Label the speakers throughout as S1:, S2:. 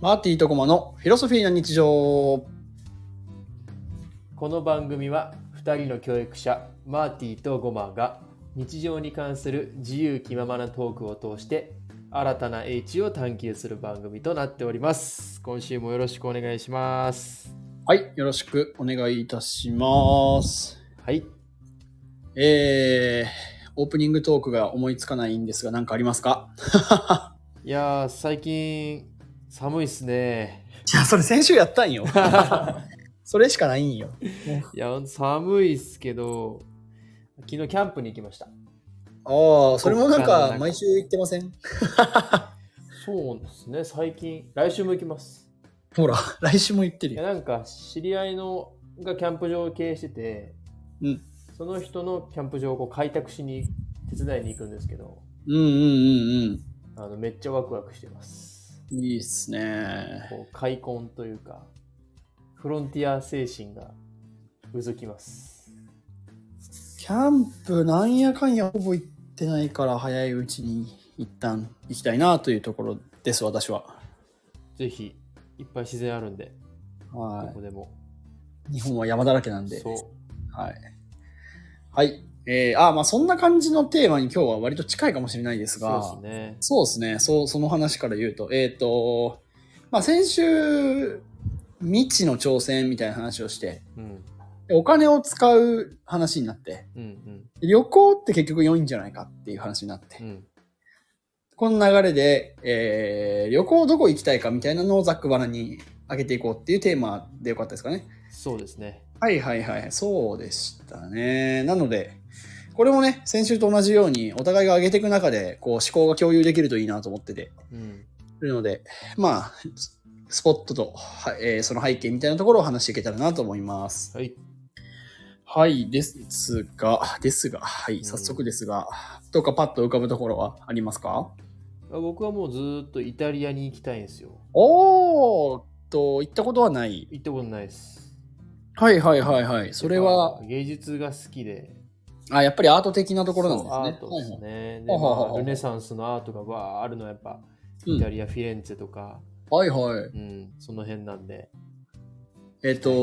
S1: マーティーとコマのフィロソフィーな日常。
S2: この番組は2人の教育者マーティとゴマが日常に関する自由気ままなトークを通して新たな英知を探求する番組となっております今週もよろしくお願いします
S1: はい、よろしくお願いいたします。
S2: はい
S1: えー、オープニングトークが思いつかないんですが、何かありますか
S2: いやー最近寒いっすね
S1: いや、それ先週やったんよ。 それしかないんよ。
S2: いやほんと寒いっすけど昨日キャンプに行きました
S1: ああ、それもなん
S2: そっか
S1: か毎週言ってません
S2: そうですね最近来週も行きます
S1: ほら、 来週も言ってる
S2: いや
S1: よ。
S2: なんか知り合いのがキャンプ場を経営してて、
S1: うん
S2: その人のキャンプ場をこう開拓しに手伝いに行くんですけど
S1: うんうんうん
S2: あのめっちゃワクワクしてます
S1: うん。いいっすね。
S2: こう開墾というかフロンティア精神がうずきます
S1: キャンプなんやかんやほぼ行ってないから、早いうちに一旦行きたいなというところです、私は。
S2: ぜひいっぱい自然あるんで、
S1: は
S2: どこでも
S1: い。日本は山だらけなんで。
S2: そう
S1: はい。はい。えー、あーまあそんな感じのテーマに今日は割と近いかもしれないですが、
S2: そうですね
S1: そうですね。そう、その話から言うと、えっ、と、まあ先週、未知の挑戦みたいな話をして、
S2: うん
S1: でお金を使う話になって、
S2: うんうん
S1: 旅行って結局良いんじゃないかっていう話になって、
S2: うん
S1: この流れで、えー、旅行どこ行きたいかみたいなのをざっくばらに上げていこうっていうテーマでよかったですかね。
S2: そうですね
S1: はいはいはい、そうでしたね。なので、これもね、先週と同じように、お互いが上げていく中で、こう、思考が共有できるといいなと思ってて、
S2: うん
S1: るので、まあ、ススポットと、はえーその背景みたいなところを話していけたらなと思います。
S2: はい
S1: はい、ですが、ですが、はい、早速ですが、どうかパッと浮かぶところはありますか
S2: あ僕はもうずーっとイタリアに行きたいんですよ
S1: おーっと、行ったことはない。
S2: 行ったことないです
S1: はいはいはいはい。それは、
S2: 芸術が好きで
S1: あ、やっぱりアート的なところなんですね。
S2: そうアートですね、で
S1: ははは
S2: まあルネサンスのアートがわーあるのはやっぱ
S1: うん
S2: イタリア、フィレンツェとか、
S1: はいはい。
S2: うんその辺なんで
S1: えっと、ル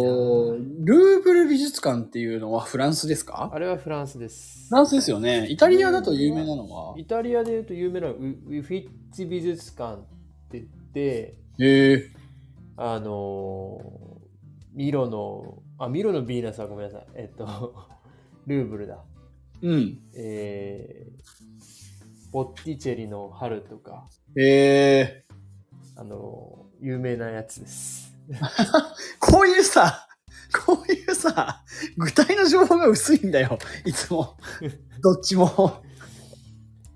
S1: ーブル美術館っていうのはフランスですか
S2: あれはフランスです
S1: フランスですよね。イタリアだと有名なのは。
S2: イタリアでいうと有名なのはウウフィッチ美術館って言って
S1: へえ。
S2: あのーミロのあミロのヴィーナスはごめんなさいえっと ルーブルだ
S1: うん。
S2: えー、ボッティチェリの春とか
S1: へえ。
S2: あのー有名なやつです
S1: こういうさ、 こういうさ、具体の情報が薄いんだよ。いつ も。どっちも。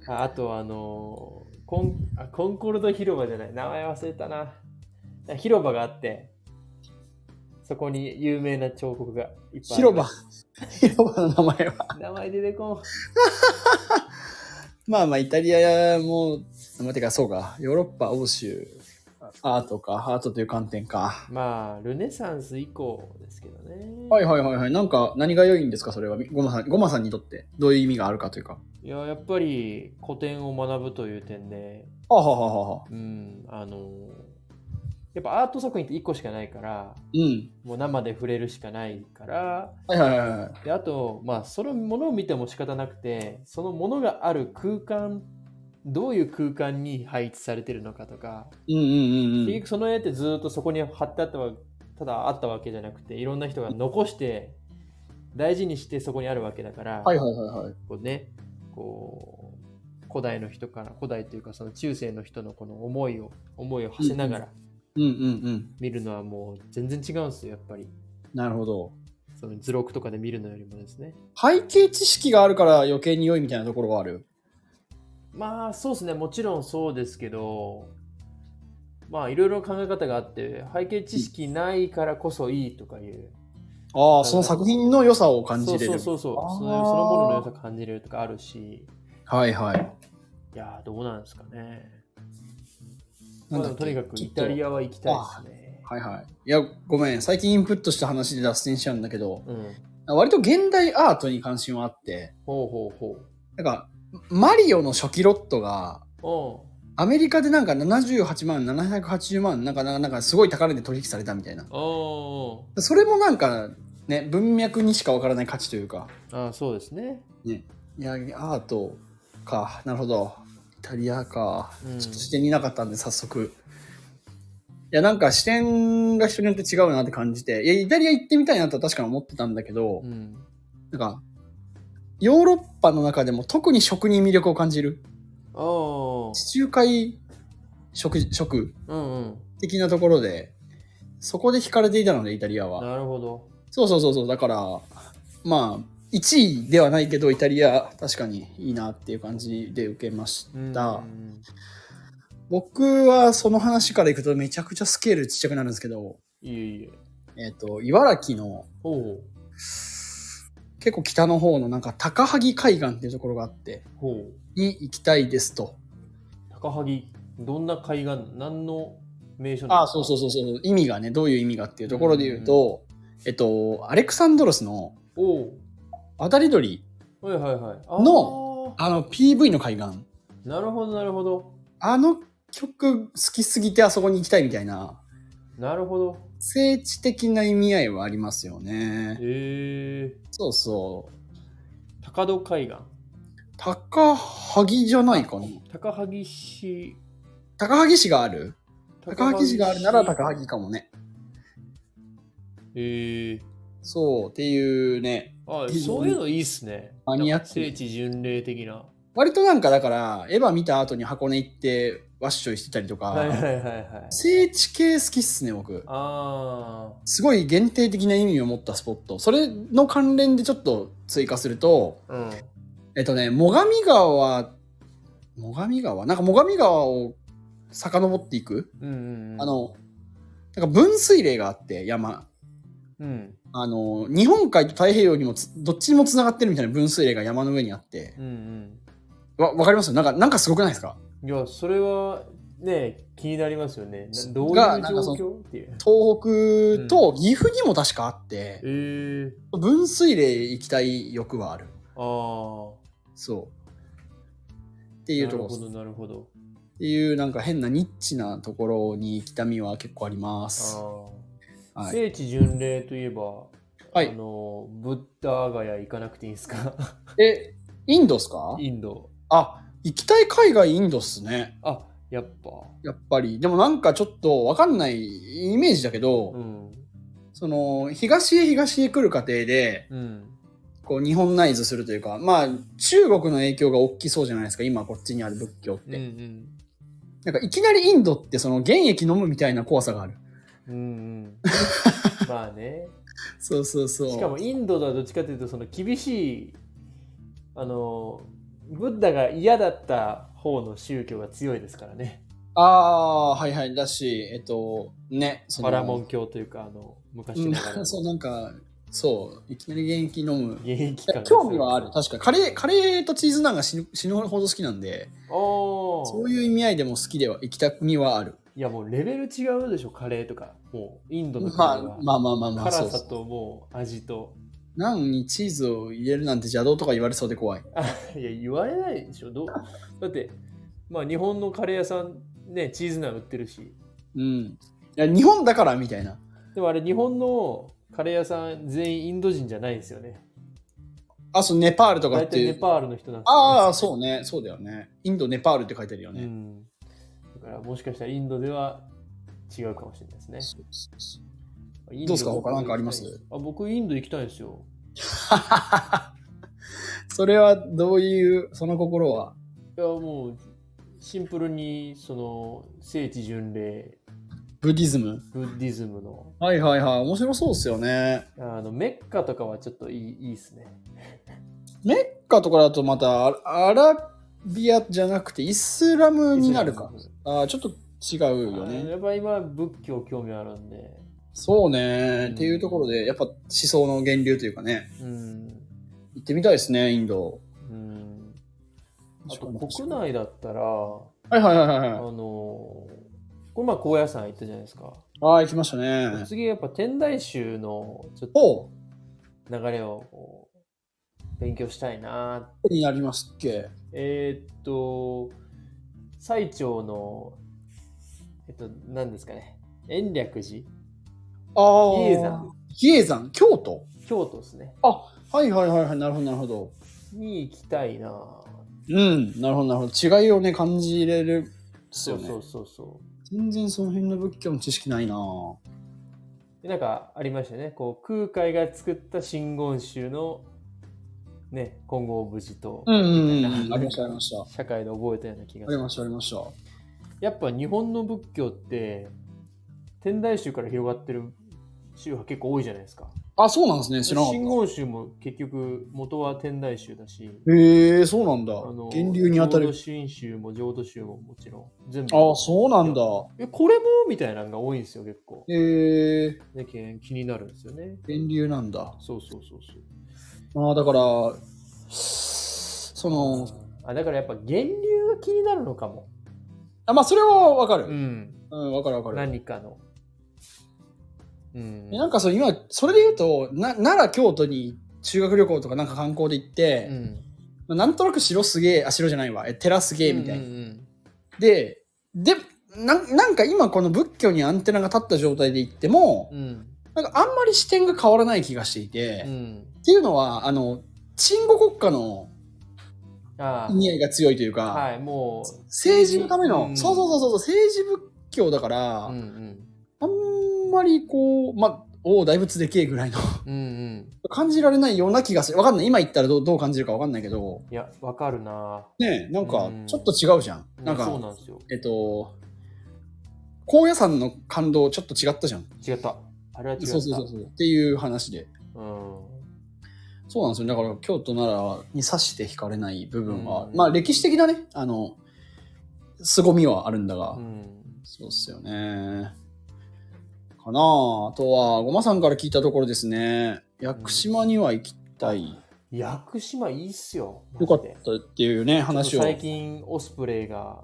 S2: ああとあのーコンあコンコルド広場じゃない名前忘れたな広場があってそこに有名な彫刻がいっぱいあります
S1: 広場。広場の名前は。
S2: 名前出てこん
S1: まあまあ、イタリアも、まあ、てかそうか、ヨーロッパ、欧州、アートか、アートという観点か。
S2: まあルネサンス以降ですけどね
S1: はいはいはいはい。なんか、何が良いんですか、それは。ゴマさん、ゴマさんにとって、どういう意味があるかというか。
S2: いややっぱり古典を学ぶという点で
S1: あはははは。
S2: うんあのーやっぱアート作品って1個しかないから
S1: うん。
S2: もう生で触れるしかないから
S1: はいはいはいはい。
S2: であとまあそのものを見ても仕方なくてそのものがある空間どういう空間に配置されてるのかとか、
S1: うんうんうんう
S2: 結
S1: ん。
S2: 局その絵ってずっとそこに貼ってあったわただあったわけじゃなくていろんな人が残して大事にしてそこにあるわけだから、
S1: はいはいはいはい。
S2: こうねこう古代の人から古代というかその中世の人のこの思いを思いを馳せながら
S1: うんうんうん。
S2: 見るのはもう全然違うんですよやっぱり
S1: なるほど。
S2: その図録とかで見るのよりもですね
S1: 背景知識があるから余計に良いみたいなところはある。
S2: まあそうですねもちろんそうですけどまあいろいろ考え方があって背景知識ないからこそいいとかいう
S1: ああ、その作品の良さを感じれる。
S2: そうそうそう
S1: あー
S2: そうそのそのものの良さ感じれるとかあるし
S1: はいはい。
S2: いやーどうなんですかね
S1: なん
S2: ま
S1: だっ
S2: あ
S1: け
S2: とにかくイタリアは行きたいですね
S1: はいはい。いや、ごめん。最近インプットした話で脱線しちゃうんだけど、
S2: うん
S1: 割と現代アートに関心はあって、
S2: ほうほうほう
S1: なんか、マリオの初期ロットが、
S2: おう
S1: アメリカでなんか78万、780万、なんか、なんかすごい高値で取引されたみたいな。
S2: お
S1: それもなんか、ね、文脈にしかわからない価値というか、
S2: ーあーそうですね。
S1: ね、いや、アートか、なるほど。イタリアか。
S2: うん
S1: ちょっと視点になかったんで、早速。いや、なんか視点が人によって違うなって感じて、いや、イタリア行ってみたいなとは確かに思ってたんだけど、
S2: うん、
S1: なんか、ヨーロッパの中でも特に食に魅力を感じる。
S2: おー
S1: 地中海食、食
S2: うんうん。
S1: 的なところで、そこで惹かれていたので、イタリアは。
S2: なるほど。
S1: そうそうそうそう、だから、まあ、1位ではないけど、イタリア、確かにいいなっていう感じで受けまし
S2: うん
S1: た。僕はその話からいくと、めちゃくちゃスケールちっちゃくなるんですけど、
S2: いえいえ。
S1: えっ、と、茨城の
S2: おお。
S1: 結構北の方のなんか高萩海岸っていうところがあって、
S2: ほう。
S1: に行きたいですと。
S2: 高萩、どんな海岸、何の名所
S1: ああ、そうそう
S2: う。
S1: そうそう、意味がね、どういう意味がっていうところで言うと、えっと、アレクサンドロスの
S2: お
S1: 渡り鳥、
S2: お。はいはいはい。あー
S1: の。あの PV の海岸、
S2: なるほどなるほど。
S1: あの曲好きすぎてあそこに行きたいみたいな、
S2: なるほど。
S1: 聖地的な意味合いはありますよね。
S2: ええ
S1: そうそう。
S2: 高戸海岸。
S1: 高萩じゃないかな。
S2: 高萩市。
S1: 高萩市がある高萩市があるなら高
S2: 萩
S1: 萩かもね。
S2: ええ
S1: そう、っていうね。
S2: あ、そういうのいいっすね。
S1: マニアック
S2: 聖地巡礼的な。
S1: 割となんかだから、エヴァ見た後に箱根行ってワッショイしてたりとか、
S2: はいはいはいはい。
S1: 聖地系好きっすね、僕。
S2: あ
S1: すごい限定的な意味を持ったスポット。それの関連でちょっと追加すると、
S2: あ。うん。
S1: えっとね、最上川、最上川なんか最上川を遡っていく、
S2: うんうん。
S1: あ、の、なんか分水嶺があって、山。
S2: うん。
S1: あの、日本海と太平洋にもつどっちにも繋がってるみたいな分水嶺が山の上にあって
S2: う、んうん。
S1: わ、わかりますなんか、なんかすごくないですか
S2: いや、それはね、気になりますよね。などういう
S1: がなんか
S2: 状
S1: その
S2: 況っていう。
S1: 東北と岐阜にも確かあって、
S2: ええ
S1: 分水嶺行きたい欲はある。
S2: ああ。
S1: そう。っていうところです。
S2: なるほど、
S1: っていうなんか変なニッチなところに行きたみは結構ありま
S2: なる
S1: す。
S2: ほど。ああ、
S1: はい
S2: 聖地巡礼といえば、
S1: はい
S2: あの、ブッダーガヤ行かなくていいんですか
S1: え、インドっすか
S2: インド。
S1: あ、行きたい海外インドっすね。
S2: あ、やっぱ。
S1: やっぱり。でもなんかちょっとわかんないイメージだけど、
S2: うん。
S1: その、東へ東へ来る過程で、
S2: うん。
S1: こう日本ナイズするというか、まあ中国の影響が大きそうじゃないですか、今こっちにある仏教って。
S2: ん
S1: なんかいきなりインドってその原液飲むみたいな怖さがある。
S2: う ん。うん。まあね。
S1: そうそうそう。
S2: しかもインドではどっちかというと、その厳しい、あの、ブッダが嫌だった方の宗教が強いですからね。
S1: ああ、はいはい。だし、えっと、ね、そ
S2: バラモン教というか、あの、昔ながら
S1: う
S2: の
S1: ん そう、なんか、そう、いきなり元気飲む。
S2: 現役感が
S1: 興味はある。確か、カレー、カレーとチーズナンが死ぬ死ぬほど好きなんで、
S2: おー
S1: そういう意味合いでも好きでは、行きたくみはある。
S2: いやもうレベル違うでしょカレーとかもうインドの
S1: ま
S2: カ
S1: あ
S2: レーは、
S1: まあまあまあまあ、そう
S2: 辛
S1: そ
S2: さ
S1: う。
S2: ともう味と
S1: ナンにチーズを入れるなんて邪道とか言われそうで怖い。
S2: いや言われないでしょどうだってまあ日本のカレー屋さんねチーズナン売ってるし
S1: うん。いや、日本だからみたいな。
S2: でもあれ日本のカレー屋さん全員インド人じゃないんですよね
S1: あ、そう、ネパールとか
S2: 大
S1: って
S2: 体
S1: い
S2: ネ
S1: う。
S2: パールの人なんですよね
S1: ああ、そうね。そうだよね。インド、ネパールって書いてあるよね。
S2: うんだからもしかしたらインドでは違うかもしれないですね
S1: そうそうそう
S2: イン
S1: ど
S2: ド
S1: うですか他なんかあります
S2: あ僕インド行きたいんですよ
S1: それはどういう、その心はい
S2: やもうシンプルにその聖地巡礼
S1: ブディズム
S2: ブッディズムの
S1: はいはいはい。面白そうですよね。
S2: あのメッカとかはちょっといいいいですね
S1: メッカとかだとまたアアラビアじゃなくてイスラムになるか。あーちょっと違うよ
S2: あの
S1: ね。
S2: やっぱ今仏教興味あるんで
S1: そう
S2: う
S1: ね
S2: ん。
S1: っていうところで、やっぱ思想の源流というかね、
S2: うん、
S1: 行ってみたいですね、インド。
S2: うん、あと
S1: 確かに
S2: 国内だったらあ
S1: はいはいはいはいはい。
S2: のこれまあ高野山行ったじゃないですか
S1: ああ、行きましたね。
S2: 次やっぱ天台宗のちょっと
S1: ほ
S2: 流れをこう勉強したいなーって
S1: うになりますっけ
S2: えーっと、最長の、えっと、何ですかね、延暦寺、
S1: ああ。
S2: 比叡山。
S1: 比叡山、京都
S2: 京都ですね、
S1: はいはいはいはい、なるほどなるほど。
S2: に行きたいなぁ
S1: うん、なるほどなるほど。違いをね、感じれるっす
S2: そ
S1: よ
S2: う
S1: ね。
S2: そうそうそう。
S1: 全然その辺の仏教の知識ないなぁ
S2: でなんかありましたよねこう空海が作った真言宗の、ね、金剛無事と、
S1: うんうんうん。ありましたありました。
S2: 社会で覚えたような気が
S1: ありましたありました。
S2: やっぱ日本の仏教って天台宗から広がってる宗派結構多いじゃないですか
S1: あ、そうなんですね。知らなか
S2: 真
S1: っ。
S2: 言宗も結局元は天台宗だした
S1: へえ、そうなんだ
S2: あ。の
S1: 源流に当た
S2: 浄
S1: る。
S2: 土真宗も浄土宗ももちろん全部
S1: あ、そうなんだ。
S2: えこれもみたいなのが多いんですよ結構、
S1: へえ、
S2: ね、け気になるんですよね
S1: 源流なんだ。
S2: そうそうそうそう
S1: まあだから、その、
S2: あだからやっぱ源流が気になるのかも、
S1: あまあそれはわか
S2: う
S1: る。
S2: ん、
S1: うん、わかるわかる。
S2: 何かの、うん、
S1: えなんかそう今、それで言うと、な奈良、京都に修学旅行とかなんか観光で行って
S2: う、ん、
S1: まあなんとなく城すげえ、あ、城じゃないわ、え寺すげえみたいな。
S2: うんうん
S1: で、で、なんなんか今この仏教にアンテナが立った状態で行っても、
S2: うん
S1: なんかあんまり視点が変わらない気がしていて、
S2: う
S1: っ
S2: ん
S1: ていうのは、あの、鎮護国家の
S2: あ
S1: 意味合いが強いというか、
S2: あはいも
S1: 政治のための、
S2: うん
S1: そうそうそうそう、政治仏教だから、
S2: う、うんうん
S1: あんまりこう、まあ、おお、大仏でけえぐらいの
S2: うんうん、
S1: 感じられないような気がする。わかんない。今言ったらどうどう感じるかわかんないけど、
S2: いやわかるな
S1: ねえなんか
S2: うん
S1: ちょっと違うじゃん。
S2: うん
S1: なんか、
S2: そうなんですよ
S1: えっと、高野山の感動ちょっと違ったじゃん。
S2: 違ったあれは違った
S1: そうそうそうそう。っていう話で。
S2: う
S1: そうなんですよ。だから京都奈良に差して惹かれない部分は、
S2: うん
S1: まあ歴史的なね、あの、凄みはあるんだが、
S2: ん、うん、
S1: そうっすよね。かなあ。あとは、ごまさんから聞いたところですね。屋久島には行きたい。
S2: 屋久島いいっすよマジ
S1: よ
S2: で
S1: かったっていうね、話を。
S2: 最近オスプレイが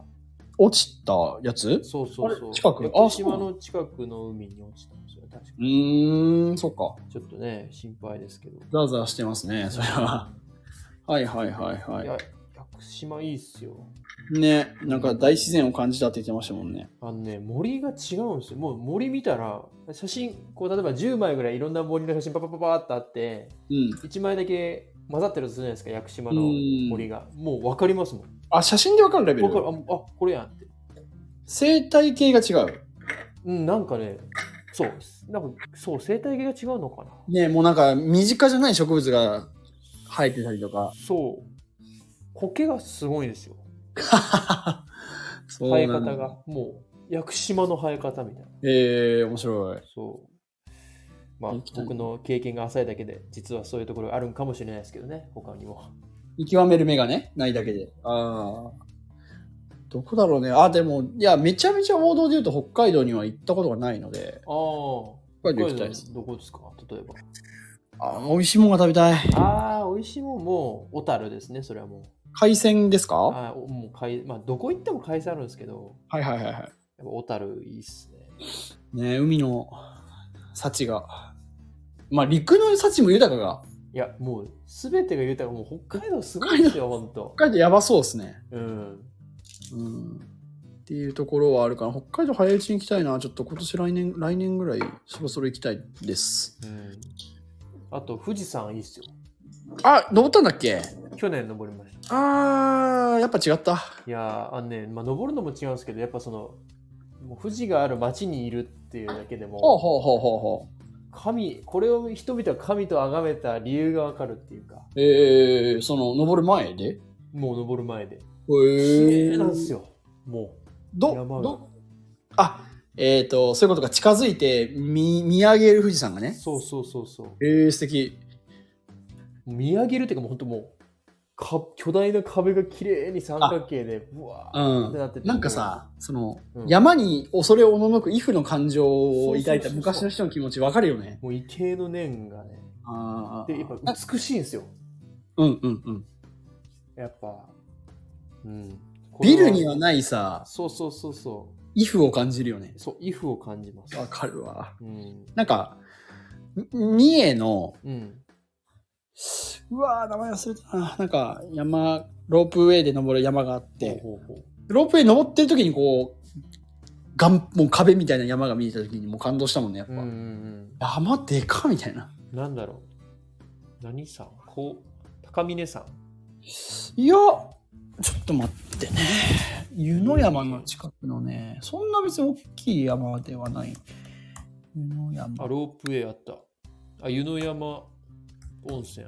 S1: 落ちたやつ
S2: そうそうそ
S1: あ
S2: う
S1: れ近く
S2: 屋
S1: あ
S2: 久島
S1: そうな
S2: の近くの海に落ちたんですよ確か
S1: うーん、そっか。
S2: ちょっとね心配ですけど
S1: ザーザーしてますね、それは。はいはいはい
S2: い
S1: は
S2: や、屋久島いいっすよ。
S1: い。ね、なんか大自然を感じたって言ってましたもんね。
S2: あのね、森が違うんですよ。もう森見たら、写真、こう例えば10枚ぐらいいろんな森の写真パパパパーってあって、
S1: うん。
S2: 1枚だけ混ざってるとするじゃないですか、屋久島の
S1: うん
S2: 森が。もう分かりますもん。
S1: あ、写真でわかるレベ
S2: 分かる、あ、
S1: ル。
S2: あこれやんって。
S1: 生態系が違う。
S2: うん、なんかね、そう、なんかそう、生態系が違うのかな。
S1: ね、もうなんか身近じゃない植物が生えてたりとか。
S2: そう、苔がすごいですよ。
S1: そう
S2: 生え
S1: なんだ
S2: 方が。もう、屋久島の生え方みたいな。
S1: ええ面白い。
S2: そう。まあ
S1: 行き、たい
S2: 僕の経験が浅いだけで、実はそういうところがあるんかもしれないですけどね、他にも。
S1: 見極める目がね、ないだけで。ああ。どこだろうね。あ、でも、いや、めちゃめちゃ王道で言うと北海道には行ったことがないので、
S2: ああ。
S1: 北海道行きたいです。
S2: どこですか例えば。
S1: あ美味しいもんが食べたい。
S2: ああ、美味しいもんも、小樽ですね、それはもう。
S1: 海鮮ですかは
S2: ああ、おもう海、まあ、どこ行っても海鮮あるんですけど、
S1: いはいはいは
S2: やっぱ小樽いいっすね。
S1: い。ね海の幸が。まあ、陸の幸も豊かが。
S2: いや、もう、すべてが豊か、もう北海道すごいですよ、ほんと。
S1: 北海道やばそうですね。
S2: うん。
S1: うん。っていうところはあるかな。北海道早いうちに行きたいな。ちょっと今年来年、来年ぐらいそろそろ行きたいです。
S2: うん。あと、富士山いいっすよ。
S1: あ、登ったんだっけ
S2: 去年登りました。
S1: あー、やっぱ違った。
S2: いやーあのね、まあ、登るのも違うんですけどやっぱそのもう富士がある町にいるっていうだけで
S1: ほう
S2: も
S1: ほうほうほうほ
S2: 神これを人々は神と崇めた理由がわかるっていうか
S1: う。えー、その、登る前でへ
S2: もう登る前で綺麗
S1: え
S2: なんですよも
S1: ど、
S2: 山が
S1: ど、あ、えっ、ー、と、そういうことか。近づいて見見上げる富士山が
S2: う
S1: ね。
S2: そうそうそうそ
S1: えー、素敵。
S2: う見上げるっていうかもう本当もうか巨大な壁が綺麗に三角形でブワ
S1: う
S2: ーって
S1: ん。
S2: なってて、
S1: なんかさ、その、
S2: うん
S1: 山に恐れおののく、イフの感情を抱い
S2: そうそうそう
S1: た
S2: そう
S1: 昔の人の気持ちわかるよね。
S2: もう畏敬の念がね
S1: あー
S2: でやっぱ美しいんですよ
S1: うんうんうん。
S2: やっぱうん
S1: ビルにはないさ、
S2: そうそうそうそう
S1: イフを感じるよね。
S2: そう、イフを感じます。
S1: わかるわ。
S2: うん。
S1: なんか、み三重の、
S2: うん。
S1: うわー名前忘れたな。なんか、山、ロープウェイで登る山があって、
S2: ほうほうほう
S1: ロープウェイ登ってる時にこう、がんもう壁みたいな山が見えた時にもう感動したもんね、やっぱ。
S2: うんうんうん。
S1: 山でかみたいな。
S2: なんだろう。何さんこう、高峰さん。
S1: いや、ちょっと待ってね。湯の山の近くのね、そんな別に大きい山ではない。湯の
S2: あ、
S1: 山。
S2: ロープウェイあった。あ、湯の山温泉。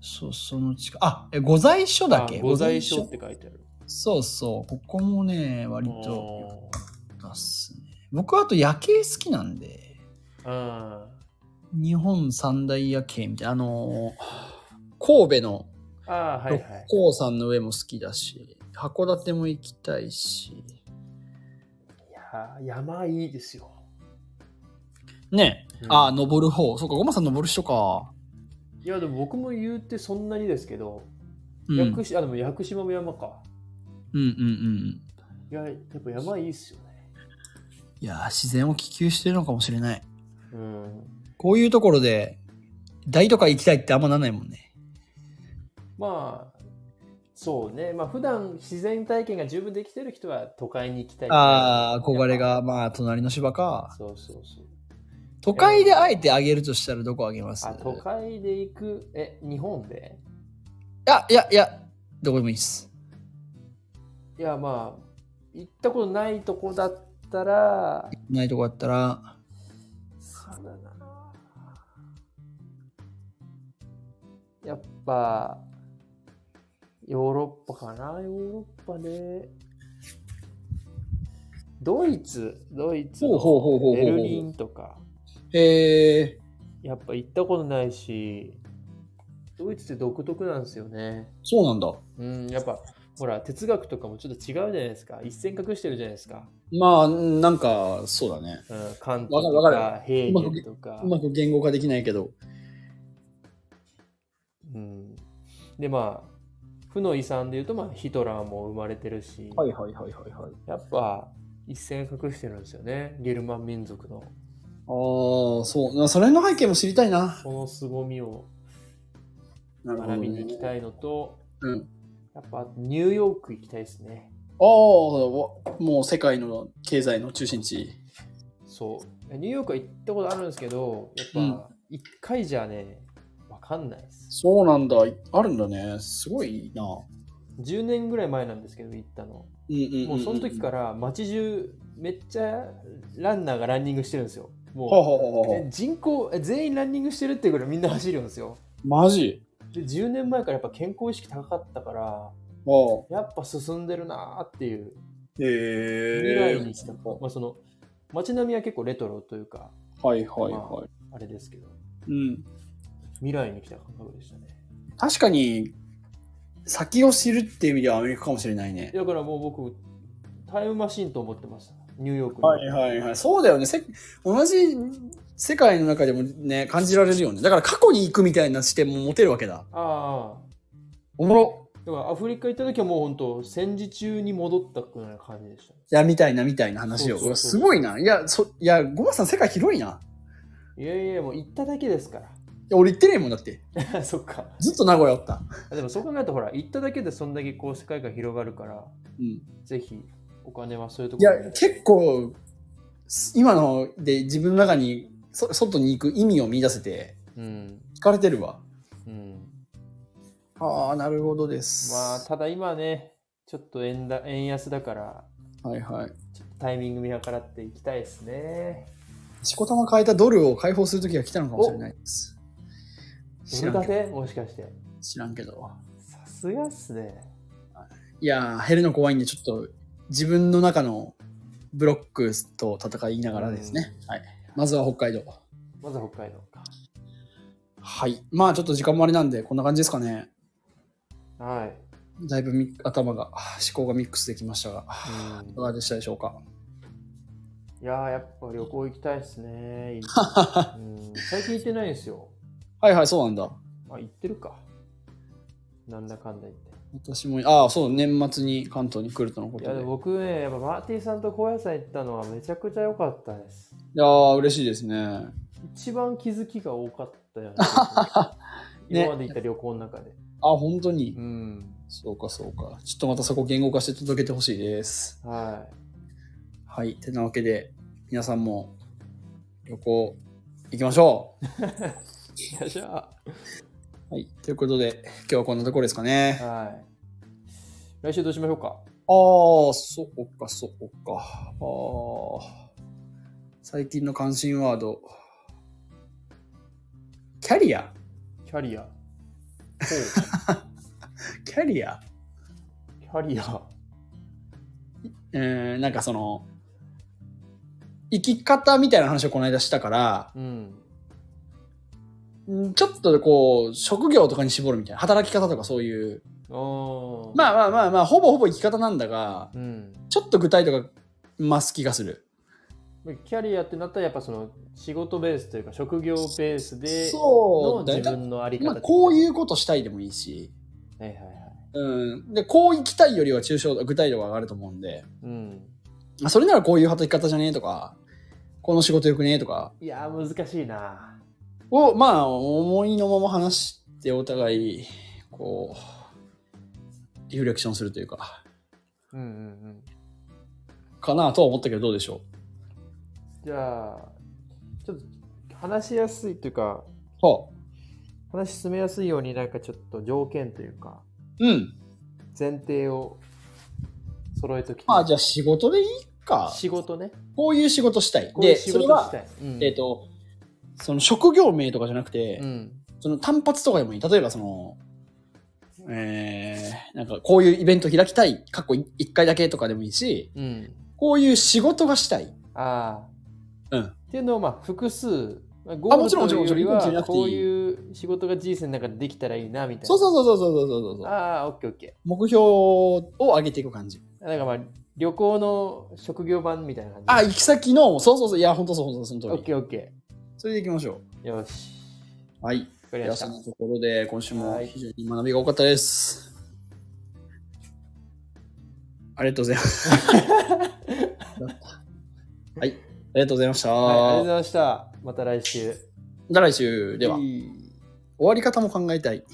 S1: そう、その近く。あ、え御在所だっけ
S2: あ御在所って書いてある。
S1: そうそう。ここもね、割とよ
S2: あ
S1: かったっすね。僕はあと夜景好きなんで、
S2: ーあ
S1: 日本三大夜景みたいな、あのー神戸の
S2: ー。あーはい
S1: 六
S2: はい。
S1: 甲山の上も好きだし、函館も行きたいし、
S2: いやー、山いいですよ。
S1: ね、
S2: うん
S1: ああ、登る方。そうか、ごまさん登る人か。
S2: いや、でも僕も言うてそんなにですけど、
S1: うん、うん
S2: 屋久島あ、でも屋久島も山か。
S1: うんうん。
S2: いや、やっぱ山いいっすよね。
S1: いやー、自然を気球してるのかもしれない。
S2: うん。
S1: こういうところで、大都会行きたいってあんまなんないもんね。
S2: まあ、そうね。まあ、普段自然体験が十分できてる人は都会に行きたい。
S1: ああ、憧れ。が、まあ、隣の芝か。
S2: そうそうそう。
S1: 都会であえてあげるとしたらどこあげます
S2: あ、都会で行く、え、日本で
S1: あ、いや、いや、どこでもいいです。
S2: いや、まあ、行ったことないとこだったら、
S1: ないとこだったら、
S2: そうだな。やっぱ、ヨーロッパかな、ヨーロッパね。ドイツ、ドイツの
S1: ほうほうほうほうほう
S2: ベルリンとか、
S1: えー、
S2: やっぱ行ったことないし、ドイツって独特なんですよね。
S1: そうなんだ。
S2: うん、やっぱ、ほら、哲学とかもちょっと違うじゃないですか。一線隠してるじゃないですか。
S1: まあ、なんか、そうだね。
S2: うん、カン
S1: わか
S2: ト
S1: る
S2: と
S1: わ
S2: か、ヘーゲルとか。
S1: うまく言語化できないけど。
S2: うん、でまあ負の遺産でいうと、まあ、ヒトラーも生まれてるし、
S1: いはいはいはいはい。
S2: やっぱ一線隠してるんですよねゲルマン民族の
S1: ああ、そう。なそれの背景も知りたいな。
S2: この凄みを
S1: なるほど、
S2: 学びに行
S1: ね
S2: き。たいのと、
S1: うん
S2: やっぱニューヨーク行きたいですね
S1: ああ、もう世界の経済の中心地。
S2: そうニューヨークは行ったことあるんですけどやっぱ一回じゃねわかんないです
S1: そうなんだ。あるんだね。すごいな。
S2: 10年ぐらい前なんですけど行ったの
S1: うんうんうんうん
S2: もうその時か。ら街中めっちゃランナーがランニングしてるんですよもう
S1: はあ、はあはあは
S2: え人口え全員ランニングしてるってぐらいみんな走るんですよ
S1: あ、マジ
S2: で10年前からやっぱ健康意識高かったから
S1: ああ。
S2: やっぱ進んでるなーっていう
S1: へ
S2: 未
S1: え。
S2: 来に来た、まあ、その街並みは結構レトロというか
S1: はいはいは
S2: あれですけ
S1: い。
S2: ど
S1: うん。
S2: 未来に来た感覚でしたね
S1: 確かに、先を知るっていう意味ではアメリカかもしれないね。
S2: だからもう僕タイムマシンと思ってましたニューヨークの
S1: はいはいはい。そうだよね。せ同じ世界の中でもね、感じられるよね。だから過去に行くみたいな視点も持てるわけだ。
S2: ああ
S1: おもろ。
S2: だからアフリカ行った時はもう本当戦時中に戻ったくらいな感じでした
S1: いや、みたいな、みたいな話を。
S2: そうそうそう
S1: うわすごいな。いや、そ、いや、ゴマさん世界広いな。
S2: いやいやもう行っただけですか
S1: いや、俺行ってねえもんだって。
S2: ら そっか
S1: ずっと名古屋おった。
S2: でもそう考えるとほら行っただけでそんだけこう世界が広がるから
S1: うん。い
S2: ぜひお金はそういうとこ
S1: や
S2: ろに、
S1: 結構、す今ので自分の中に、そ外に行く意味を見出せて、
S2: うん
S1: 聞かれてるわ。
S2: うん
S1: ああ、なるほどです。
S2: まあただ今ねちょっと円だ円安だから
S1: はいはい。
S2: ちょっとタイミング見計らっていきたいですね
S1: しこたま変えたドルを解放する時が来たのかもしれないです。知
S2: ド
S1: ら
S2: ル
S1: ん
S2: 建
S1: け
S2: てもしかして
S1: ど。知らんけど。
S2: さすがっすね
S1: いやー、減るの怖いんで、ちょっと自分の中のブロックと戦いながらですね。はい。まずは北海道。
S2: まずは北海道か
S1: はい。まあちょっと時間もあれなんで、こんな感じですかね。
S2: はい、
S1: だいぶみ頭が、思考がミックスできましたが、いか
S2: うん
S1: がでしたでしょうか。
S2: いやーやっぱ旅行行きたいっす ね、うん、最近行ってないんですよ
S1: はいはい、そうなんだ。
S2: あ行ってるかなんだかんだ言って
S1: 私も、ああ、そう、年末に関東に来るとのこ
S2: い
S1: と
S2: や
S1: で。い
S2: で
S1: や
S2: も僕ねやっぱマーティさんと高野山行ったのはめちゃくちゃ良かったです
S1: ー、嬉しいですね。
S2: 一番気づきが多かったよね
S1: ね
S2: 今まで行った旅行の中で、
S1: あ、本当に
S2: う。ん。
S1: そうか、そうか。ちょっとまたそこ言語化して届けてほしいです。
S2: は
S1: はい。てなわけで、皆さんも旅行行きましょ
S2: い。よいしょ。
S1: う。はい。ということで、今日はこんなところですかね。
S2: はい。来週どうしましょうか
S1: ああ、そうか、そうか。ああ。最近の関心ワード。キャリア
S2: キャリア。ほ
S1: キャリア
S2: うキャリア。
S1: うーんなんかその生き方みたいな話をこの間したから
S2: うん。
S1: うんちょっとこう職業とかに絞るみたいな働き方とかそういう
S2: あー
S1: まあまあまあまあほぼほぼ生き方なんだが
S2: うん。
S1: ちょっと具体とか増す気がする
S2: キャリアってなったらやっぱその仕事ベースというか職業ベースで
S1: そ
S2: の
S1: うだ
S2: 自
S1: いたい
S2: 分のあり
S1: ま
S2: 方。
S1: あこういううことしたいでもいいし、
S2: はいはいはい。
S1: うん、でこう生きたいよりは抽象度具体度が上がると思うんで
S2: うん。
S1: あそれならこういう働き方じゃねえとかこの仕事よくねえとか
S2: いやー難しいな。
S1: をまあ思いのまま話してお互いこうリフレクションするというか
S2: うんうんうん。
S1: かなとは思ったけどどうでしょ
S2: じゃあ、ちょっと話しやすいというか、
S1: うはあ
S2: 話進めやすいようになんかちょっと条件というか、
S1: うん
S2: 前提を揃えときたい
S1: まあじゃあ仕事でいいか
S2: 仕事ね。
S1: こういう仕事したい
S2: こうい
S1: で
S2: う仕
S1: それ
S2: 事し
S1: は
S2: たい。うん
S1: えっ、とその職業名とかじゃなくて、
S2: うん。
S1: その単発とかでもいい例えばそのえー、なんかこういうイベント開きたい過去1回だけとかでもいいし
S2: うん。
S1: こういう仕事がしたい
S2: ああ。
S1: うん
S2: っていうのをまあ複数、まあ、ゴー
S1: も
S2: ル
S1: ちろん
S2: というより
S1: もちろんも
S2: は
S1: ちろん
S2: こういう仕事が人生の中でできたらいいなみたいな。
S1: そうそう
S2: う
S1: そうそうそうそうそうそう
S2: ああ、オッケーオッケ
S1: 目標を上げていく感じ
S2: ー。なんかまあ旅行の職業版みたいな感じ。
S1: あ、行き先の、そうそうそう、いや、本当そう、本当そうそ
S2: オ
S1: の
S2: ッ
S1: 通り。
S2: ケーオッケ
S1: それで行きましょ
S2: ー。よし。
S1: う。はい。
S2: わか
S1: で
S2: り
S1: は、
S2: ました
S1: そん。なところで、今週も
S2: はい
S1: 非常に学びが多かったです。ありがとうございます。 はい。ありがとうございました。
S2: はい、ありがとうございました。また来週。
S1: じゃあ来週では、
S2: い
S1: 終
S2: い
S1: わり方も考えたい。